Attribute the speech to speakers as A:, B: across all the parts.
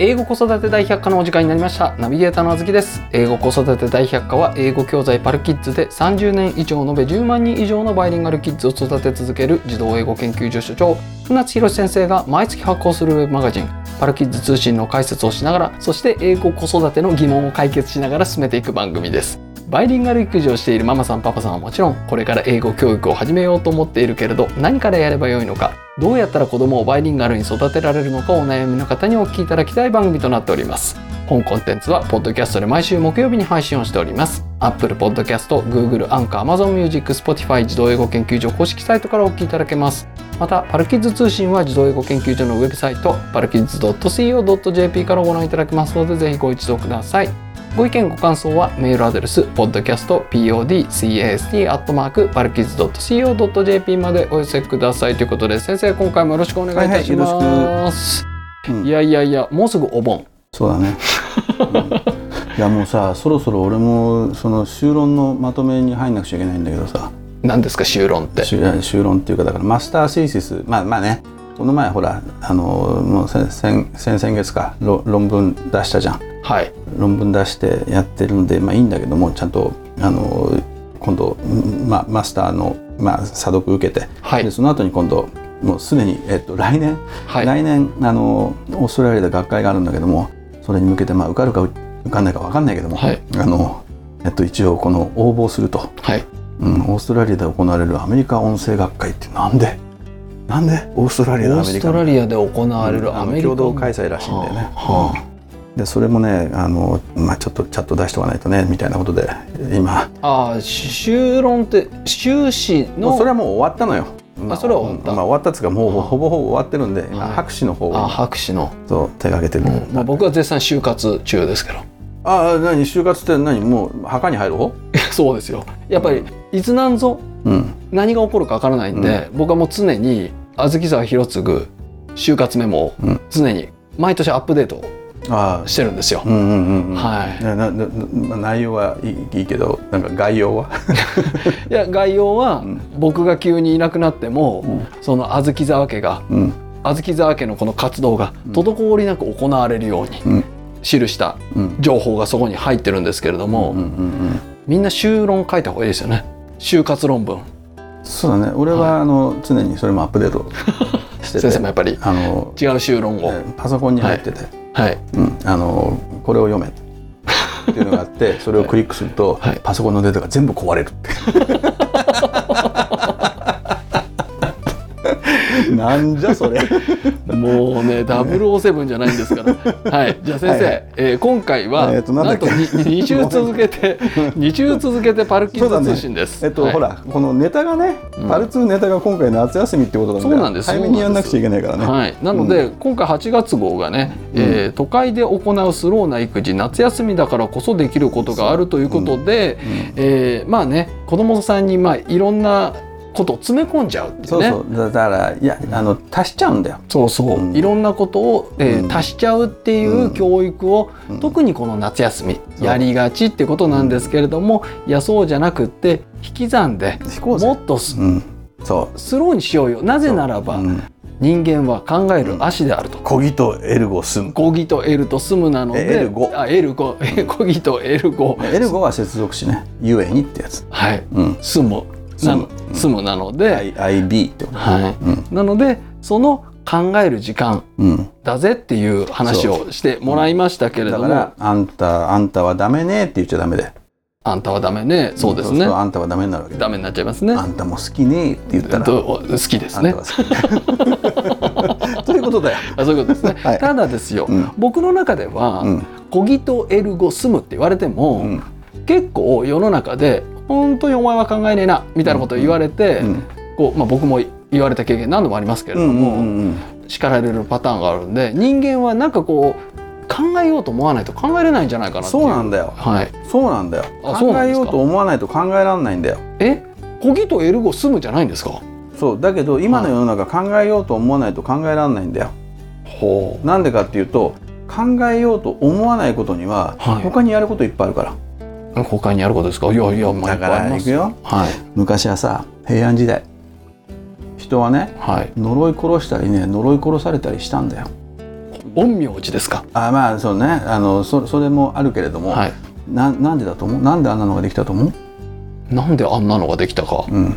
A: 英語子育て大百科のお時間になりましたナビゲーターのあずきです英語子育て大百科は英語教材パルキッズで30年以上延べ10万人以上のバイリンガルキッズを育て続ける児童英語研究所所長船津博先生が毎月発行するウェブマガジンパルキッズ通信の解説をしながらそして英語子育ての疑問を解決しながら進めていく番組ですバイリンガル育児をしているママさんパパさんはもちろんこれから英語教育を始めようと思っているけれど何からやればよいのかどうやったら子供をバイリンガルに育てられるのかお悩みの方にお聞きいただきたい番組となっております本コンテンツはポッドキャストで毎週木曜日に配信をしております Apple Podcast、Google、アンカー、Amazon Music、Spotify 自動英語研究所公式サイトからお聞きいただけますまたパルキッズ通信は自動英語研究所のウェブサイトパルキッズ .co.jp からご覧いただけますのでぜひご一読くださいご意見ご感想はメールアドレス podcastpodcast.co.jp までお寄せくださいということで先生今回もよろしくお願いいたします、
B: いはいよろしくうん
A: いやいやいやもうすぐお盆
B: そうだね、うんいやもうさそろそろ俺もその修論のまとめに入んなくちゃいけないんだけどさ
A: なんですか修論って
B: 修いや修論っていうかだからマスターシーシスまあまあねこの前ほらあのもう先先先々月かろ論文出したじゃん
A: はい
B: 論文出してやってるんでまあいいんだけどもちゃんとあの今度、んまあ、マスターの、まあ、査読受けて、
A: はい
B: でその後に今度もうすでに、えっと、来年、
A: はい
B: 来年あのオーストラリアで学会があるんだけどもそれに向けて、まあ、受かるか受かんないか分かんないけども、
A: はい
B: あのえっと、一応この応募すると、
A: はい
B: うん、オーストラリアで行われるアメリカ音声学会ってなんでなんでオーストラ
A: オ
B: リアでア
A: ー
B: メ
A: ス
B: リカ
A: トラリアで行われ
B: うん
A: る
B: あ
A: ア
B: の
A: メリカ
B: 共同開催らしいんだよね。
A: は
B: うんでそれもねあの、まあ、ちょっとチャット出しとかないとねみたいなことで今
A: あはああーし修論って修士
B: も
A: の
B: うそれはもう終わったのよ。ま
A: それは終わった
B: うんまあ、終わったっつうかもうほ
A: あ
B: ほぼほぼ終わってるんで今
A: はい
B: 博士の方
A: あ
B: を
A: 博士の、
B: そう手がけてる、
A: うんまあ、僕は絶賛就活中ですけど
B: ああ何就活って何もう墓に入る方
A: いやそうですよやっぱりいつなんぞ
B: うん
A: 何が起こるかわからないんで、僕はもう常にあずき沢博次就活メモを
B: うん
A: 常に毎年アップデート
B: ああ
A: してるんですよ
B: う。んうんうんうん
A: はい
B: なななな内容はいいいいけどなんか概 要は
A: いや概要は
B: ん
A: 僕が急にいなくなっても、
B: う
A: そのあずき沢家が
B: うん
A: あずき沢家のこの活動が
B: ん
A: 滞りなく行われるように
B: うん
A: 記した
B: うん
A: 情報がそこに入ってるんですけれども、
B: うんうんうん
A: みんな修論書いた方がいいですよね就活論文
B: そうだね俺は、あの常にそれもアップデートし てて
A: 先生もやっぱり
B: あの
A: 違う修論を、
B: えーパソコンに入ってて、
A: はい
B: うん、あのこれを読めっていうのがあって それをクリックすると、
A: はい
B: パソコンのデータが全部壊れる って。なんじゃそれ。
A: もうね、007じゃないんですから。 はい、じゃあ先生、
B: はいは
A: えー今回は、
B: えーと
A: な
B: なんだ
A: ん
B: っけ
A: と2週続け て、2週続けてパルキッズ通信です。
B: えっと、
A: はい
B: ほ。らこのネタがね、
A: うん
B: パルツーネタが今回夏休みってことなんで
A: そうなんです
B: 早めにやんなくちゃいけないからね。
A: はい、なので、今回8月号がね、えー都会で行うスローな育児夏休みだからこそできることがあるということで、えーまあね子どもさんに、まあ、いろんなことを詰め込んじゃうっていうね
B: そうそうだだからいやあの足しちゃうんだよ。
A: そうそう、
B: うん
A: いろんなことを、えー
B: うん
A: 足しちゃうっていう教育を、
B: ん
A: 特にこの夏休み
B: そう
A: やりがちってことなんですけれども、いやそうじゃなくって引き算で
B: 飛行
A: も
B: 船。
A: っとス,、
B: うん。そ
A: ローにしようよなぜなら
B: う。
A: ば、
B: うん。
A: 人間は考える足であると。
B: 小木とエルゴスム。
A: コギとエルとスムなので、
B: えエルゴ
A: あエル ゴ、コギとエルゴ、
B: エルゴは接続詞ね。ゆえにってやつ。
A: はい、
B: うん。
A: スムなの
B: スム、うん
A: スムなので、
B: I IB ってこと。
A: はい、
B: うん。
A: なのでその考える時間
B: うん。
A: だぜっていう話をしてもらいましたけれ
B: だ
A: ども、
B: からあんたあんたはダメねって言っちゃダメで。
A: あんたはダメね。そうですね
B: る。とあんたはダメになるわけだ。
A: ダメになっちゃいますね。
B: あんたも好きねって言ったら。
A: どう好きです
B: あんた
A: ね
B: は。好き。ということだよ。
A: あそういうことですね。
B: はい
A: ただですよ、
B: うん
A: 僕の中では、
B: うん
A: コギとエルゴスムって言われても、
B: うん
A: 結構世の中で本当にお前は考えねえなみたいなことを言われて、
B: うん
A: こうまあ僕も言われた経験何度もありますけれ
B: う
A: ど
B: んう
A: も、
B: んうんうん。
A: 叱られるパターンがあるんで、人間はなんかこう考えようと思わないと考えれないんじゃないかなっていう。
B: そうなんだよ。
A: はい。
B: そうなんだよ。
A: あそう
B: 考
A: なん
B: え
A: です
B: よ
A: か
B: うと思わないと考えられないんだよ。
A: え、コギとエルゴスムじゃないんですか。
B: そうだけど今の世の中考えようと思わないと考えられないんだよ。
A: ほ
B: なんでかっていうと考えようと思わないことには
A: はい
B: 他にやることいっぱいあるから。
A: う。他にやることですか。いやいや、まあ、いっ
B: だか
A: ぱいあり
B: ら
A: ま
B: 行
A: す
B: く。よ。
A: はい。
B: 昔はさ平安時代人はね
A: はい。
B: 呪い殺したりね呪い殺されたりしたんだよ
A: 陰陽師ですか
B: あまあそうねあのそそれもあるけれども、
A: はい
B: ななんでだと思うなんであんなのができたと思う、
A: なんであんなのができたか
B: うん、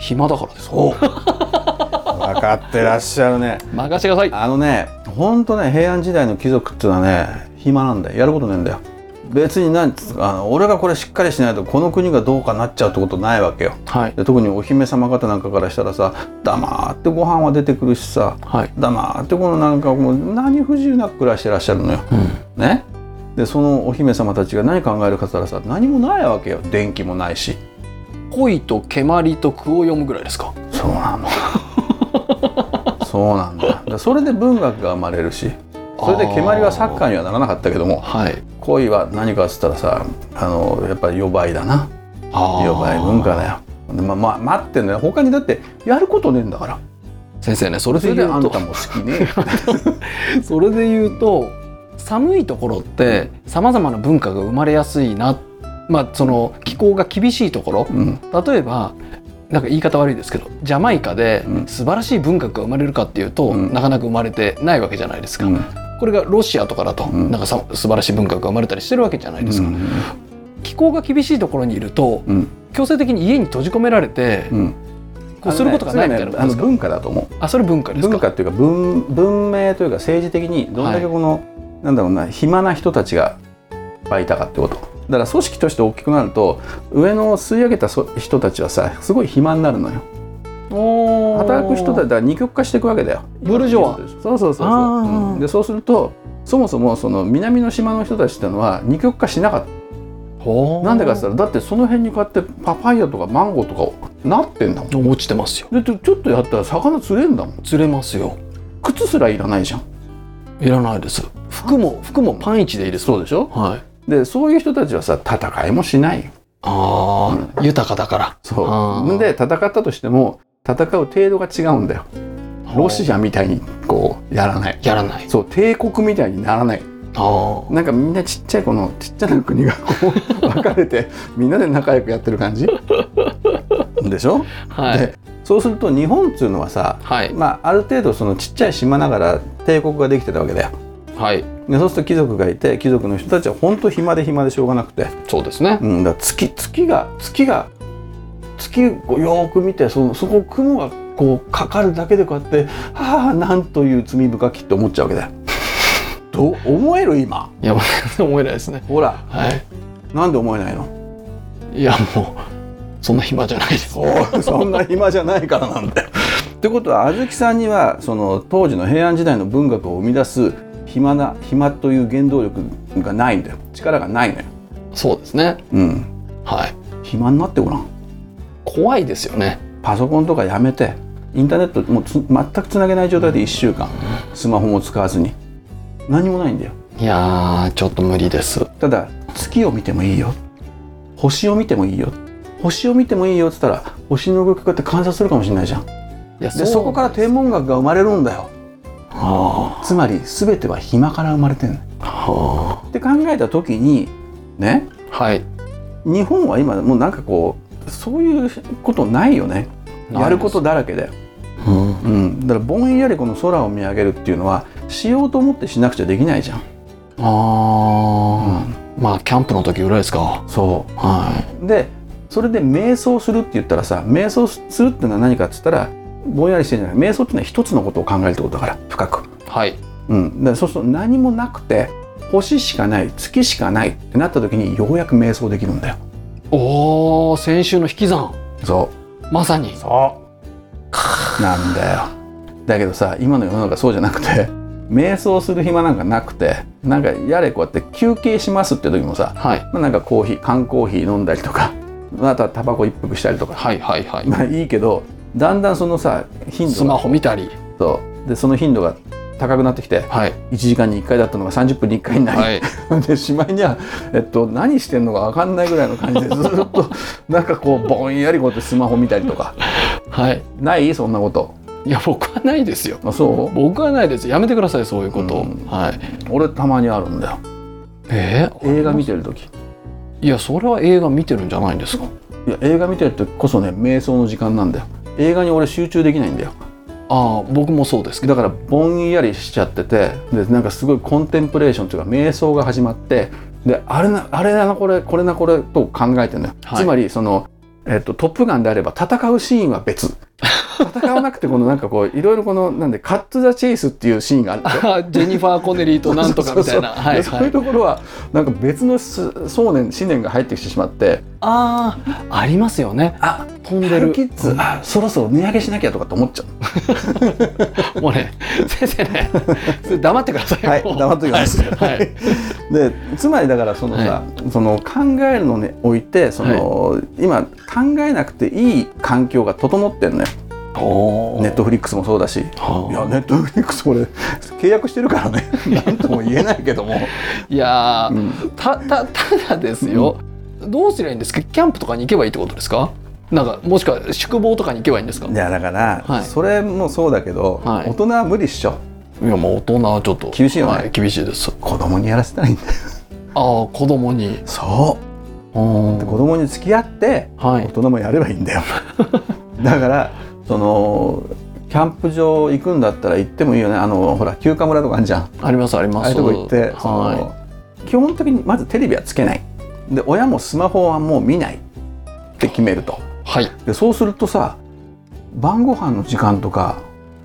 A: 暇だからです
B: そう分かってらっしゃるね
A: 任せてください
B: あのねほんとね平安時代の貴族っていうのはね暇なんだよやることねえんだよ別になんつうかあの俺がこれしっかりしないとこの国がどうかなっちゃうってことないわけよ
A: はい
B: で特にお姫様方なんかからしたらさ黙ってご飯は出てくるしさ
A: はい
B: 黙ってこのなんかもう何不自由なく暮らしてらっしゃるのよ
A: うん
B: ねでそのお姫様たちが何考えるかって言ったらさ何もないわけよ電気もないし
A: 恋と蹴鞠と句を読むぐらいですか
B: そうなの そうなんだでそれで文学が生まれるしそれで蹴鞠はサッカーにはならなかったけども
A: はい
B: 恋は何かっつったらさあのやっぱり予売だな
A: あー
B: 予売文化だよでまま待ってんだよ他にだってやることねえんだから
A: 先生ねそれ
B: そ
A: で
B: れで
A: 言
B: あ
A: うんと
B: たも好き ね
A: それで言うと寒いところってさまざまな文化が生まれやすいな、まあ、その気候が厳しいとこ
B: うん
A: ろ例えばなんか言い方悪いですけどジャマイカで
B: うん
A: 素晴らしい文学が生まれるかっていうと、
B: うん
A: なかなか生まれてないわけじゃないですか、
B: うん
A: これがロシアとかだと、
B: うん
A: なんかさ素晴らしい文学が生まれたりしてるわけじゃないですか、気候が厳しいところにいると
B: うん
A: 強制的に家に閉じ込められて、
B: うん
A: こうすることがないみたいな
B: あのね
A: ことで
B: それはねあの
A: すか、
B: 文化だと思う
A: あそれ文化ですか
B: 文化っていうか文文明というか政治的にどんだけこの、なんだろうな暇な人たちがいっぱいいたかってことだから組織として大きくなると上の吸い上げたそ人たちはさすごい暇になるのよ
A: おー
B: 働く人たちだから二極化していくわけだよ
A: ブルジョワ
B: そうそうそうそう、
A: あー
B: うんでそうするとそもそもその南の島の人たちってのは二極化しなかった
A: ほー
B: なんでかって言ったらだってその辺にこうやってパパイヤとかマンゴーとかなってんだもん
A: 落ちてますよ
B: でちょちょっとやったら魚釣れんだもん
A: 釣れますよ
B: 靴すらいらないじゃん
A: いらないです服も服もパンイチでいいです
B: そうでしょ
A: はい
B: でそういう人たちはさ戦いもしないよ
A: あー、豊かだからあ
B: そ
A: ー
B: うで戦ったとしても戦う程度が違うんだよロシアみたいにこうやらない
A: やらない
B: そう帝国みたいにならない
A: あー
B: なんかみんなちっちゃいこのちっちゃな国がこう分かれて みんなで仲良くやってる感じでしょ、
A: はい
B: でそうすると日本っていうのはさ
A: はい
B: まあある程度そのちっちゃい島ながら帝国ができてたわけだよ
A: はい
B: でそうすると貴族がいて貴族の人たちは本当暇で暇でしょうがなくて
A: そうですね
B: うん、だから月月が月が月をよーく見てそのそこ雲がこうかかるだけでこうやって「ああなんという罪深き」って思っちゃうわけだよ。どう思える今
A: いやばい思えないですね
B: ほら
A: はい
B: なんで思えないの
A: いやもうそんな暇じゃないです
B: そう そんな暇じゃないからなんだよ。ってことはあずきさんにはその当時の平安時代の文学を生み出す暇な暇という原動力がないんだよ力がないのよ。
A: そうですね
B: うん、
A: はい
B: 暇になってごらん。
A: 怖いですよね
B: パソコンとかやめてインターネットもうつ全くつなげない状態で1週間スマホも使わずに何もないんだよ
A: いやーちょっと無理です
B: ただ月を見てもいいよ星を見てもいいよ星を見てもいいよっつったら星の動きこうやって観察するかもしれないじゃん
A: いや
B: でそこから天文学が生まれるんだよ
A: は
B: つまり全ては暇から生まれてる
A: あは
B: って考えた時にね
A: あはい
B: 日本は今もうなんかこうそういうことないよねやることだらけで
A: うん
B: うん、だからぼんやりこの空を見上げるっていうのはしようと思ってしなくちゃできないじゃん、
A: あーまあキャンプの時ぐらいですか
B: そ
A: は
B: うでそれで瞑想するって言ったらさ瞑想するってのは何かって言ったらぼんやりしてるんじゃない瞑想っていうのは一つのことを考えるってことだから深く、
A: いはい
B: うん、だからそうすると何もなくて星しかない月しかないってなった時にようやく瞑想できるんだよ
A: おお先週の引き算
B: そ
A: まさに
B: うそうなんだよだけどさ今の世の中そうじゃなくて瞑想する暇なんかなくてなんかやれこうやって休憩しますって時もさ
A: はい
B: まあ、なんかコーヒー缶コーヒー飲んだりとか またタバコ一服したりとか
A: はいはいはい
B: まあいいけどだんだんそのさ頻度が
A: スマホ見たり
B: そうでその頻度が高くなってきて
A: はい
B: 1時間に1回だったのが30分に1回になり、
A: はい
B: でしまいには、えっと、何してんのか分かんないぐらいの感じで ずっとなんかこうぼんやりこうやってスマホ見たりとか
A: はい
B: ないそんなこと
A: いや僕はないですよ
B: あそう
A: 僕はないですやめてくださいそういうこと
B: うん
A: はい
B: 俺たまにあるんだよ
A: えー
B: 映画見てる時
A: いやそれは映画見てるんじゃないんですか
B: いや映画見てる時こそね瞑想の時間なんだよ映画に俺集中できないんだよ
A: ああ僕もそう ですけど
B: だからぼんやりしちゃっててでなんかすごいコンテンプレーションというか瞑想が始まってであれなあれだなこれこれなこれと考えてるのよ、
A: はい
B: つまりその、えっと「トップガン」であれば戦うシーンは 別戦わなくてこのなんかこういろいろこのなんで「カット・ザ・チェイス」っていうシーンがあるんですよ
A: ジェニファー・コネリーとなんとかみたいな
B: そうそうそう
A: はい
B: でそう
A: は
B: いう
A: い
B: ところはなんか別のす想念思念が入ってきてしまって
A: ああありますよね
B: あ
A: 飛ん
B: パ
A: で
B: ル
A: る
B: キッズ、あそろそろ値上げしなきゃとかと思っちゃう
A: もうね先生ね それ黙ってください
B: はい
A: もう
B: 黙ってください
A: はいはい
B: でつまりだからそのさ、その考えるのにおいてその、今考えなくていい環境が整ってんのよ
A: おー
B: ネットフリックスもそうだしい
A: は
B: やネットフリックスこれ契約してるからね なんとも言えないけども、
A: あいやー
B: うん
A: たた ただですよ、どうすりゃいいんですかキャンプとかに行けばいいってことですかなんかもしくは宿坊とかに行けばいいんですか
B: い
A: い
B: やだから、
A: はい
B: それもそうだけど、
A: はい
B: 大人は無理っしょ
A: やもう大人はちょっと
B: 厳しいよね
A: は厳しいです
B: 子供にやらせたらいいんだよ
A: ああ子供に
B: そう
A: うん
B: で子供に付き合って
A: は
B: 大
A: い
B: 人もやればいいんだよ だからそのキャンプ場行くんだったら行ってもいいよねあのほら休暇村とかあるじゃん
A: ありますありま
B: ああ
A: す
B: いうとこ行って、そ
A: は
B: の基本的にまずテレビはつけないで親もスマホはもう見ないって決めると
A: い、はい、
B: でそうするとさ晩ご飯の時間とか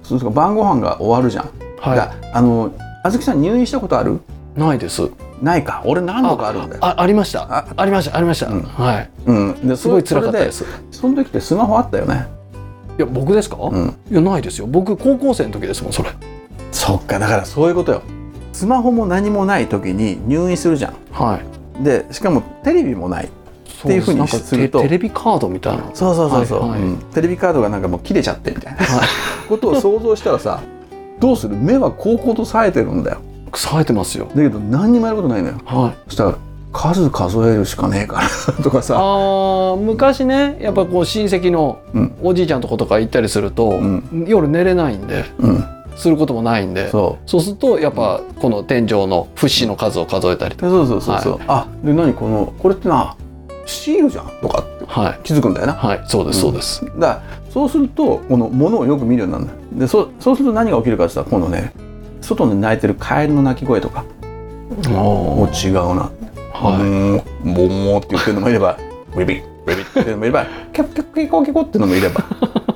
B: そうすると晩ご飯が終わるじゃん、
A: はい
B: だあのあずきさん入院したことある
A: ないです
B: ないか俺何度かあるんだよ、
A: あありましたあ
B: あ
A: りましたありました、
B: うん
A: はい
B: うん、です
A: ごい辛かったですい
B: その時ってスマホあったよね、
A: や僕ですか、
B: う
A: い
B: ん、
A: やないですよ僕高校生の時ですもんそれ
B: そっかだからそういうことよスマホも何もない時に入院するじゃ
A: はい
B: んでしかもテレビもない
A: っ
B: っていうふうにすると
A: テレビカードみたいな
B: そうそうそうそう、
A: はいはい
B: うんテレビカードがなんかもう切れちゃってみたいな
A: はい
B: ことを想像したらさどうする目はこうこうと冴えてるんだよ
A: 冴えてますよ
B: だけど何にもやることないのよ
A: はい
B: そしたら数数えるしかねえから とかさ
A: あー昔ねやっぱこう親戚の
B: うん
A: おじいちゃんとことか行ったりすると、
B: ん
A: 夜寝れないんで
B: うん
A: することもないんでそう
B: そう
A: するとやっぱこの天井の節の数を数えたりと
B: でそうそうそうそう、あで何このこれってなシールじゃんとかって
A: はい
B: 気づくんだよな
A: はいそうです
B: う
A: そ
B: ん
A: うです、
B: だからそうするとこのものをよく見るようになるんだよでそうそうすると何が起きるかって言ったら今度ね外で泣いてるカエルの鳴き声とかも
A: お
B: う違うな
A: は
B: うん、ボンボンって言ってるのもいれば、ビビビビっていうのもいれば、キャプキャプキコキコっていうのもいれば、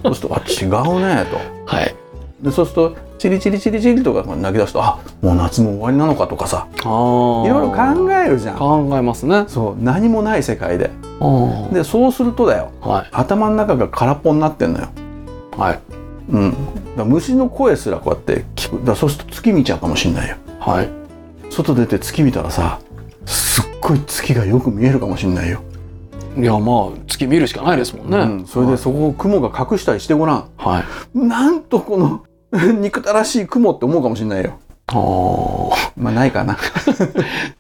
B: そうすると、あ、違うね
A: い、はい、
B: と。で、そうすると、チリチリチリチリとか泣き出すと、あ、もう夏も終わりなのかとかさ、
A: あー
B: いろいろ考えるじゃん。
A: 考えますね
B: そう、何もない世界で。
A: うん
B: で、そうするとだよ、
A: はい
B: 頭の中が空っぽになってんのよ。
A: はい
B: うん。だから虫の声すらこうやって聞く。だからそうすると月見ちゃうかもしんないよ。
A: はい
B: 外出て月見たらさ、すっごい月がよく見えるかもしんないよ。
A: いやまあ月見るしかないですもんね、
B: うん、それでそこを雲が隠したりしてごらん、
A: はい
B: なんとこの 憎たらしい雲って思うかもしれないよ
A: あー
B: まあないかな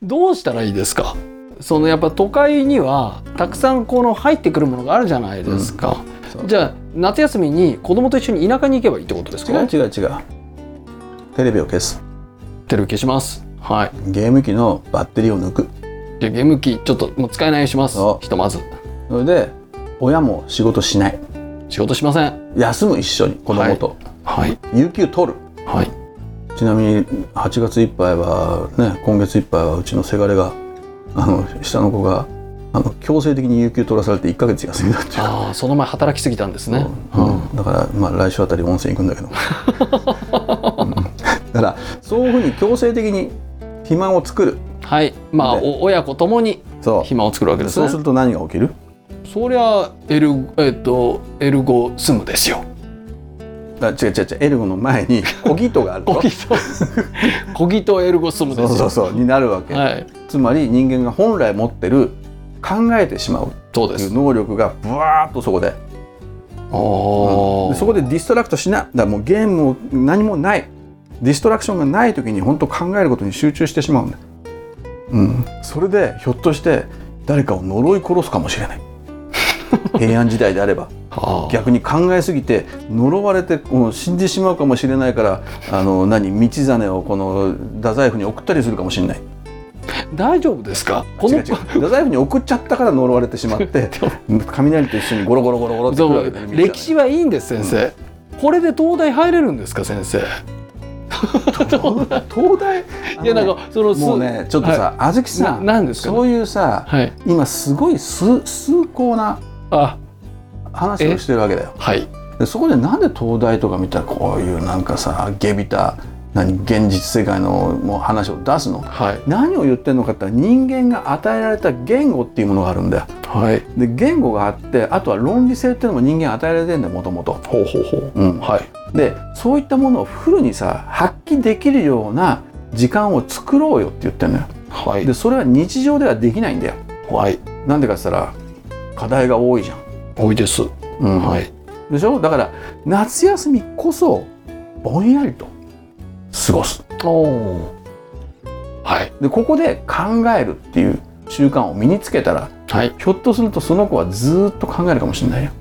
A: どうしたらいいですかそのやっぱ都会にはたくさんこの入ってくるものがあるじゃないですか、
B: そう
A: じゃあ夏休みに子供と一緒に田舎に行けばいいってことです
B: 違
A: か
B: う違う違うテレビを消す
A: テレビ消しますはい
B: ゲーム機のバッテリーを抜く
A: じゃあゲーム機ちょっともう使えないようにします
B: そう
A: ひとまず
B: それで親も仕事しない
A: 仕事しません
B: 休む一緒に子供と、
A: はい
B: 有給取る
A: はい
B: ちなみに8月いっぱいはね今月いっぱいはうちのせがれがあの下の子があの強制的に有給取らされて1ヶ月休みだっていう
A: ああその前働きすぎたんですね
B: うんだから、まあ、来週あたり温泉行くん だけど、うん だからそういうふうに強制的に肥満を作る
A: はいまあ
B: で
A: お親子ともに
B: そう
A: 暇を作るわけです
B: そ
A: ね
B: うすると何が起きる
A: そりゃエルえっとエルゴスムですよ
B: あ違う違う違うエルゴの前 に小ギトがある
A: コ
B: と
A: ギとコギとエルゴスムです
B: そう
A: よ
B: そうそうになるわけ、
A: はい
B: つまり人間が本来持ってる考えてしまう
A: そうで
B: とい
A: す
B: う能力がブワーッとそこで
A: あー
B: でそこでディストラクトしないだからもうゲームを何もないディストラクションがない時に本当考えることに集中してしまうんだよ、うん、それでひょっとして誰かを呪い殺すかもしれない 平安時代であれば
A: あー
B: 逆に考えすぎて呪われてこの死んでしまうかもしれないからあの何道真をこの太宰府に送ったりするかもしれない
A: 大丈夫ですかこ
B: 違う
A: の
B: 違う太宰府に送っちゃったから呪わ れてしまって雷と一緒にゴロゴロゴロゴロってくるわけだよ
A: 歴史はいいんです先生、これで東大入れるんですか先生
B: 東大
A: いやなん
B: か
A: かそのす
B: もうねちょっとさ、あずきさ
A: なんなんですか
B: そういうさ
A: はい
B: 今すごいす崇高な
A: あ
B: 話をしてるわけだよ
A: はい
B: でそこでなんで東大とか見たらこういうなんかさ下びた何現実世界のもう話を出すの
A: はい
B: 何を言ってるのかって言ったら人間が与えられた言語っていうものがあるんだよ
A: はい
B: で言語があってあとは論理性っていうのも人間与えられてんだよもともと。
A: ほうほうほう
B: うん
A: はい
B: でそういったものをフルにさ発揮できるような時間を作ろうよって言ってるのよ。
A: はい
B: でそれは日常ではできないんだよ。
A: はい
B: なんでかって言ったら課題が多いじゃん。
A: 多いです
B: うん
A: はい
B: でしょだから夏休みこそぼんやりと過ごす。
A: おおはい
B: でここで考えるっていう習慣を身につけたら
A: はい
B: ひょっとするとその子はずーっと考えるかもしれないよ。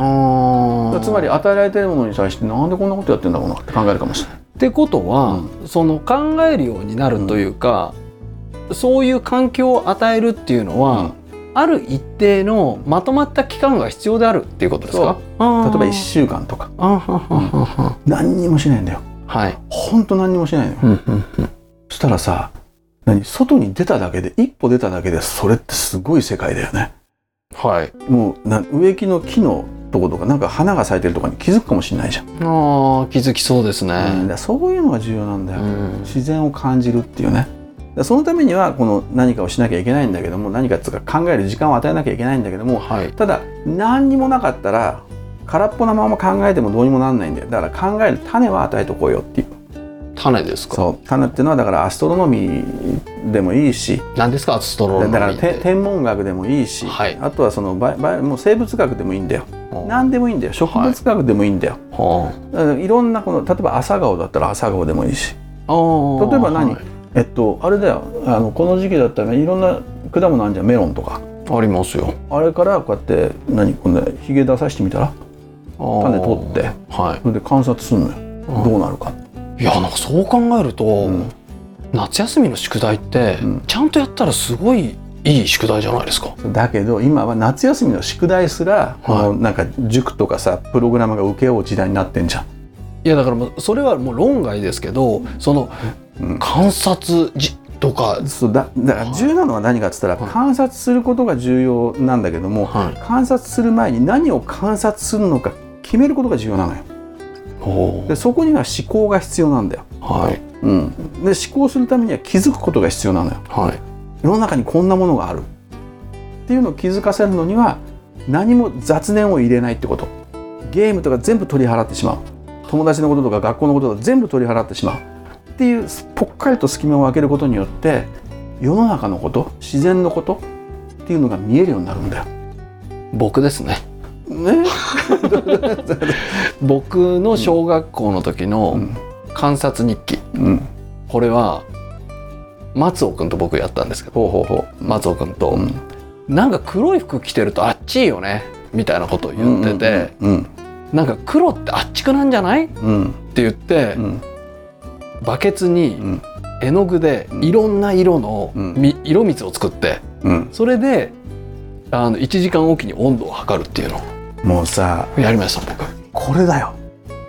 A: あ
B: つまり与えられてるものに対してなんでこんなことやってんだろうなって考えるかもしれない。
A: ってことは、その考えるようになるというか、そういう環境を与えるっていうのは、ある一定のまとまった期間が必要であるっていうことですか
B: そ
A: あ
B: う例え
A: ー
B: ば1週間とか
A: あはははは
B: 何にもしないんだよ。
A: はい、
B: ほんと何にもしないのよ。
A: うんうん
B: そしたらさ何外に出ただけで一歩出ただけでそれってすごい世界だよね。
A: はい
B: もうな植木の木のとことかなんか花が咲いてるとこに気づくかもしれないじゃん。
A: あー気づきそうです
B: うんだか
A: ね、
B: らそういうのが重要なんだ
A: う
B: よ。
A: ん
B: 自然を感じるっていうね。だからそのためにはこの何かをしなきゃいけないんだけども何かっていうか考える時間を与えなきゃいけないんだけども
A: はい
B: ただ何にもなかったら空っぽなまま考えてもどうにもなんないんだよだから考える種は与えとこうよっていう
A: 種ですか
B: そう種っていうのはだからアストロノミーでもいいし
A: 何ですかアストロノ
B: だ
A: ミー
B: から
A: って
B: て天文学でもいいし、
A: はい
B: あとはそのバイバイもう生物学でもいいんだよ
A: ほう
B: 何でもいいんだよ植物学でもいいんだよ、
A: ほう
B: だからいろんなこの例えば朝顔だったら朝顔でもいいし
A: あー
B: 例えば何、
A: はい
B: えっとあれだよあのこの時期だったらいろんな果物あるじゃんメロンとか
A: ありますよ
B: あれからこうやって何こんなひげ出さしてみたら
A: 種
B: 種取って
A: は
B: それで観察するのよ
A: うん
B: どうなるか、
A: いいやなんかそう考えると、
B: うん
A: 夏休みの宿題って、
B: うん
A: ちゃんとやったらすごいいい宿題じゃないですか。
B: だけど今は夏休みの宿題すら、このなんか塾とかさプログラムが請け負う時代になってんじゃん。
A: いやだからもうそれはもう論外ですけどその
B: うん
A: 観察じとか、
B: そうだだから重要なのは何かっつったら、
A: はい
B: 観察することが重要なんだけども、
A: はい
B: 観察する前に何を観察するのか決めることが重要なのよ。でそこには思考が必要なんだよ。
A: はい
B: うん、で思考するためには気づくことが必要なのよ。
A: はい
B: 世の中にこんなものがあるっていうのを気づかせるのには何も雑念を入れないってことゲームとか全部取り払ってしまう友達のこととか学校のこととか全部取り払ってしまうっていうぽっかりと隙間を空けることによって世の中のこと自然のことっていうのが見えるようになるんだよ。
A: 僕ですね。
B: ね、
A: 僕の小学校の時
B: う
A: の
B: ん
A: 観察日記、
B: うん、
A: これは松尾くんと僕やったんですけど
B: ほうほうほう。
A: 松尾くんと、
B: うん
A: なんか黒い服着てるとあっちいよねみたいなことを言ってて、、
B: うん
A: なんか黒ってあっちくなんじゃないっ
B: うん
A: て言って、
B: うん
A: バケツ
B: う
A: に
B: ん
A: 絵の具で
B: うん
A: いろんな色の、
B: うん
A: み色水を作って
B: うん、
A: それであの1時間おきに温度を測るっていうのを
B: もうさ
A: やりました僕
B: これだよ。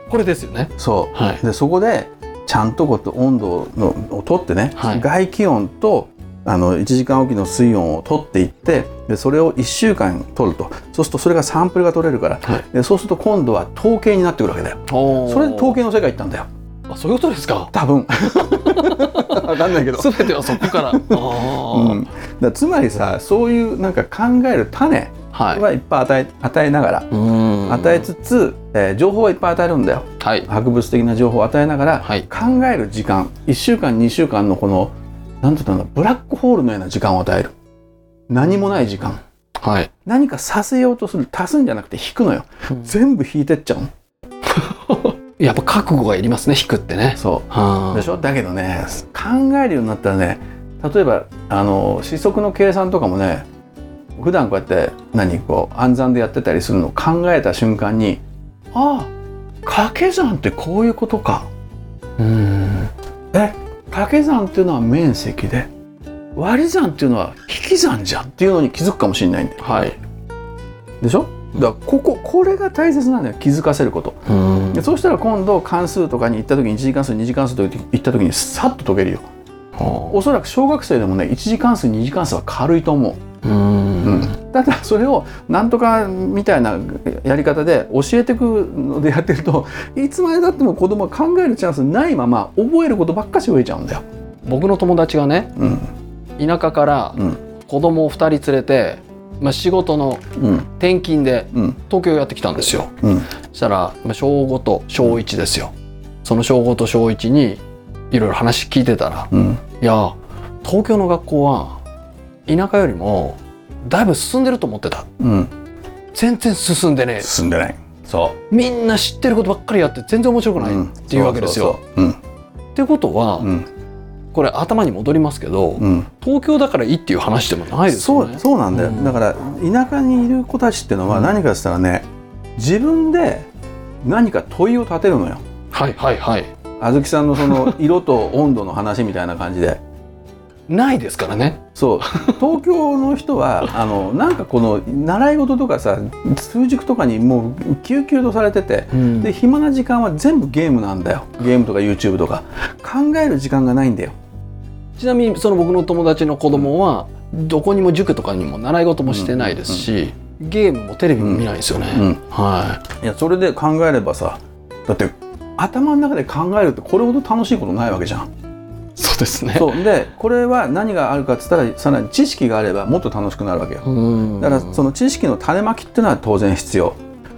A: これですよね
B: そう
A: はい
B: でそこでちゃんとこと温度のを取ってね、
A: はい
B: 外気温とあの1時間おきの水温を取っていってでそれを1週間取るとそうするとそれがサンプルが取れるから、
A: はい
B: でそうすると今度は統計になってくるわけだよ
A: お
B: それで統計の世界行ったんだよ
A: あそういうことですか
B: 多分わかんないけど、
A: 全てはそこから あー、
B: うん、だからつまりさそういうなんか考える種
A: はい
B: はいっぱい与え与えながら、
A: うん
B: 与えつつ、えー情報はいっぱい与えるんだよ
A: はい
B: 博物的な情報を与えながら、
A: はい
B: 考える時間1週間2週間のこの何て言ったんだブラックホールのような時間を与える何もない時間
A: はい
B: 何かさせようとする足すんじゃなくて引くのよ全部引いてっちゃうの
A: やっぱ覚悟がいりますね引くってね
B: そ
A: は
B: うでしょだけどね考えるようになったらね例えばあの四則の計算とかもね普段こうやって何こう暗算でやってたりするのを考えた瞬間にああ掛け算ってこういうことか
A: うん
B: え掛け算っていうのは面積で割り算っていうのは引き算じゃんっていうのに気づくかもしれないんだよ
A: はい
B: でしょだからこここれが大切なんだよ気づかせること
A: うん
B: でそうしたら今度関数とかに行った時に1次関数2次関数とか行った時にさっと解けるよ
A: は
B: おそらく小学生でもね1次関数2次関数は軽いと思う
A: あうん
B: うん、ただそれをなんとかみたいなやり方で教えてくのでやってるといつまでたっても子供は考えるチャンスないまま覚えることばっかし増えちゃうんだよ。
A: 僕の友達がね
B: うん
A: 田舎から
B: うん
A: 子供を2人連れて、まあ、仕事の
B: うん
A: 転勤で
B: うん
A: 東京やってきたんですよ
B: うん
A: そしたらまあ小5と小1ですよその小5と小1にいろいろ話聞いてたら
B: うん
A: いや東京の学校は田舎よりもだいぶ進んでると思ってた
B: うん
A: 全然進んでねえ
B: 進んでない。そ
A: みんな知ってることばっかりやって全然面白
B: う
A: くない、
B: ん
A: っていうわけですよ。
B: そうそうそう
A: ってことは、
B: うん
A: これ頭に戻りますけど、
B: うん
A: 東京だからいいっていう話でもな
B: う
A: い
B: ん。
A: ですよ
B: そ
A: ね
B: うそうなんだよ。
A: うん
B: だから田舎にいる子たちっていうのは
A: うん
B: 何かって言ったらね自分で何か問いを立てるのよ。
A: はいはいはい
B: あずきさんのその色と温度の話みたいな感じで。
A: ないですからね
B: そう東京の人はあのなんかこの習い事とかさ数塾とかにもう救急とされてて
A: うん
B: で暇な時間は全部ゲームなんだよゲームとか YouTube とか考える時間がないんだよ
A: ちなみにその僕の友達の子供はどこにも塾とかにも習い事もしてないですし、ゲームもテレビも見ないですよね、
B: うん
A: はい
B: やそれで考えればさだって頭の中で考えるってこれほど楽しいことないわけじゃん
A: いそうですね
B: そうでこれは何があるかっつったらさらに知識があればもっと楽しくなるわけよ
A: うん
B: だからその知識の種まきっていうのは当然必要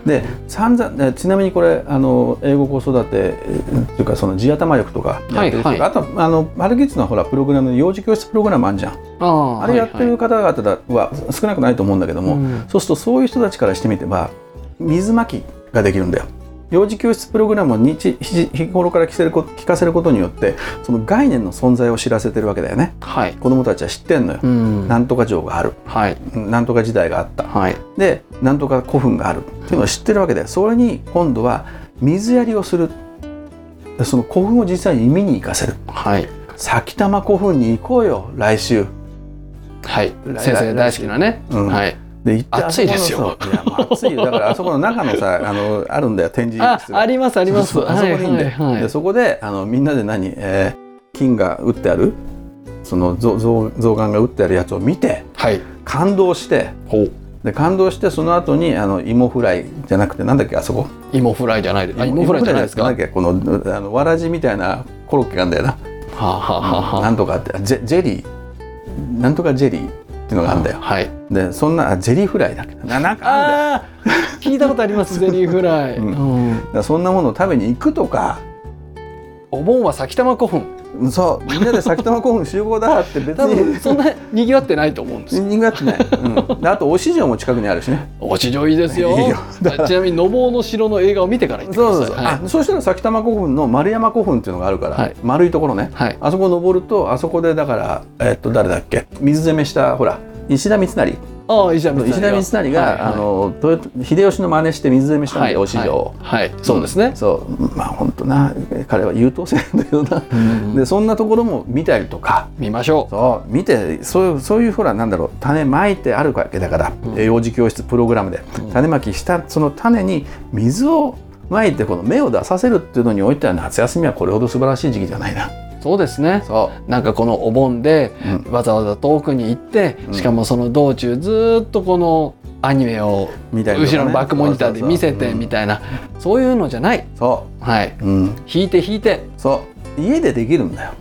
B: で散々えちなみにこれあの英語子育てえーっていうかその地頭力とかやってる人とか、
A: はいは
B: あとあのパルキッズのほらプログラム幼児教室プログラムあるじゃん
A: あー
B: あれやってる方々は少なくないと思うんだけども、
A: うん
B: そうするとそういう人たちからしてみてば水まきができるんだよ。幼児教室プログラムを日日日頃から聞せるこ聞かせることによってその概念の存在を知らせてるわけだよね。
A: はい、はい
B: 子どもたちは知ってんのよ。
A: うん
B: なんとか城がある
A: はい
B: なんとか時代があった
A: はい
B: でなんとか古墳があるっていうのを知ってるわけでそれに今度は水やりをするでその古墳を実際に見に行かせる
A: はい
B: 先玉古墳に行こうよ来週
A: はい
B: 来
A: 先生大好きなね、
B: うん
A: はい
B: で行って
A: 暑いですよ
B: あそこのそういやもう暑いよだからあそこの中のさあのあるんだよ展示
A: あ
B: 室
A: ありますあります
B: そうそうあそこでいいんだよ、
A: はいはいは
B: で
A: い
B: そこであのみんなで何、えー金が打ってあるその象象象眼が打ってあるやつを見て
A: はい
B: 感動して
A: ほう
B: で感動してその後にあの芋フライじゃなくてなんだっけあそこ
A: 芋フライじゃないですあ芋フライじゃないですか
B: んだっけこのあのわらじみたいなコロッケがあんだよな。
A: はあ、はあはあは
B: なんとかってジェジェリーなんとかジェリーっていうのがあ
A: あ、
B: るんだよ。
A: はい。
B: でそんなあジェリーフライだっけななんかあんだよ。
A: ああ、聞いたことあります。ゼリーフライ。
B: う
A: うん
B: だからそんなものを食べに行くとか。
A: お盆は先玉古墳。
B: そうみんなで先玉古墳集合だって別
A: 多分
B: に
A: そんな賑わってないと思うんですよ。
B: 人間ってない、うん、であとお市場も近くにあるしね
A: お市場いいですよ。
B: いいよ
A: ちなみにのぼうの城の映画を見てから行ってください。
B: そうそうそう、
A: はい
B: あそしたら先玉古墳の丸山古墳っていうのがあるから、
A: はい
B: 丸いところね、
A: はい
B: あそこ登るとあそこでだからえっと誰だっけ水攻めしたほら石田三成
A: ああ、石田三成
B: 石田三成が、
A: はいはい
B: あの豊臣秀吉の真似して水攻めしたん
A: は
B: で、
A: い
B: お市場を、
A: はいはいそうですね。
B: そうまあ本当な彼は優等生なんだけどな、
A: ん
B: でそんなところも見たりとか
A: 見ましょう。
B: そう見てそういうそういうほらなんだろう種まいてあるわけだから、幼児教室プログラムで、種まきしたその種に水をまいてこの芽を出させるっていうのにおいては夏休みはこれほど素晴らしい時期じゃないな。
A: そうですね。
B: そ
A: なんかこのお盆で
B: う
A: わざわざ遠くに行って、
B: うん
A: しかもその道中ずーっとこのアニメを
B: みたいなのね
A: 後ろのバックモニターで見せ
B: そう
A: て
B: そうそううん
A: みたいなそういうのじゃない、
B: そ
A: はい、
B: う、うん、
A: 引いて引いて
B: そう家でできるんだよ、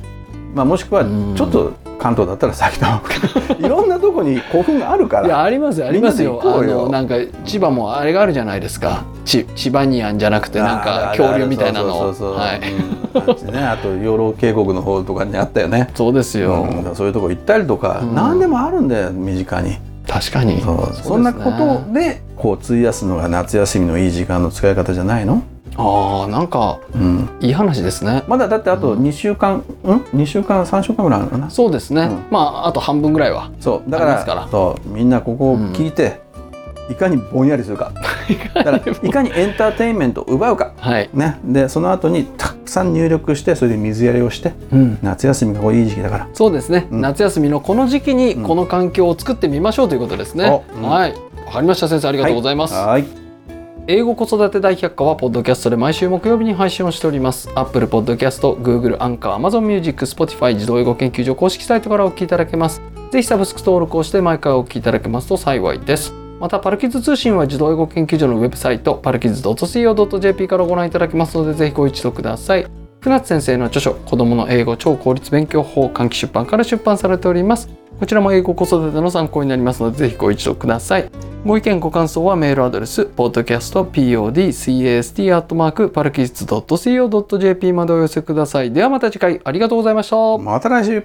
B: まあ、もしくは
A: うん
B: ちょっと関東だったら埼玉 いろんなとこに古墳があるか
A: いや
B: ら
A: ありますよありますよ
B: みんな
A: あ
B: で行こうよ
A: のなんか千葉もあれがあるじゃないですかち千葉ニアンじゃなくてなんか恐竜みたいなの
B: あるあるそうそうそう
A: は
B: う
A: い
B: んあっちねあと養老渓谷の方とかにあったよね、
A: そうですよ、
B: うん、そういうとこ行ったりとか、
A: うん
B: 何でもあるんだよ身近に
A: 確かに
B: そう
A: う
B: そんなことでこう費やすのが夏休みのいい時間の使い方じゃないの、
A: ああなんか
B: うん、
A: いい話ですね
B: まだだってあと2週間、うん、2週間3週間ぐらいあるのかな
A: そうですね、
B: うん
A: まああと半分ぐらいは
B: そうだか
A: ありま
B: ら
A: すから
B: そうみんなここを聞いて、いかにぼんやりす るかだからいかにエンターテインメントを奪うか、
A: はい、
B: ね、でその後にたくさん入力してそれで水やりをして
A: うん、
B: 夏休みがこういい時期だから
A: そうですね、
B: うん
A: 夏休みのこの時期にこの環境を作ってみましょうということですね、
B: おうん
A: はいわかりました先生ありがとうございます、
B: はい。
A: 英語子育て大百科はポッドキャストで毎週木曜日に配信をしております。Apple Podcast、Google、Anchor、Amazon Music、Spotify 自動英語研究所公式サイトからお聞きいただけます。ぜひサブスク登録をして毎回お聞きいただけますと幸いです。また、パルキッズ通信は自動英語研究所のウェブサイト、パルキッズ .co.jp からご覧いただけますので、ぜひご一読ください。船津先生の著書、子供の英語超効率勉強法、換気出版から出版されております。こちらも英語子育ての参考になりますので、ぜひご一読ください。ご意見ご感想はメールアドレス podcastpodcast.co.jp までお寄せください。ではまた次回ありがとうございました。
B: また来週。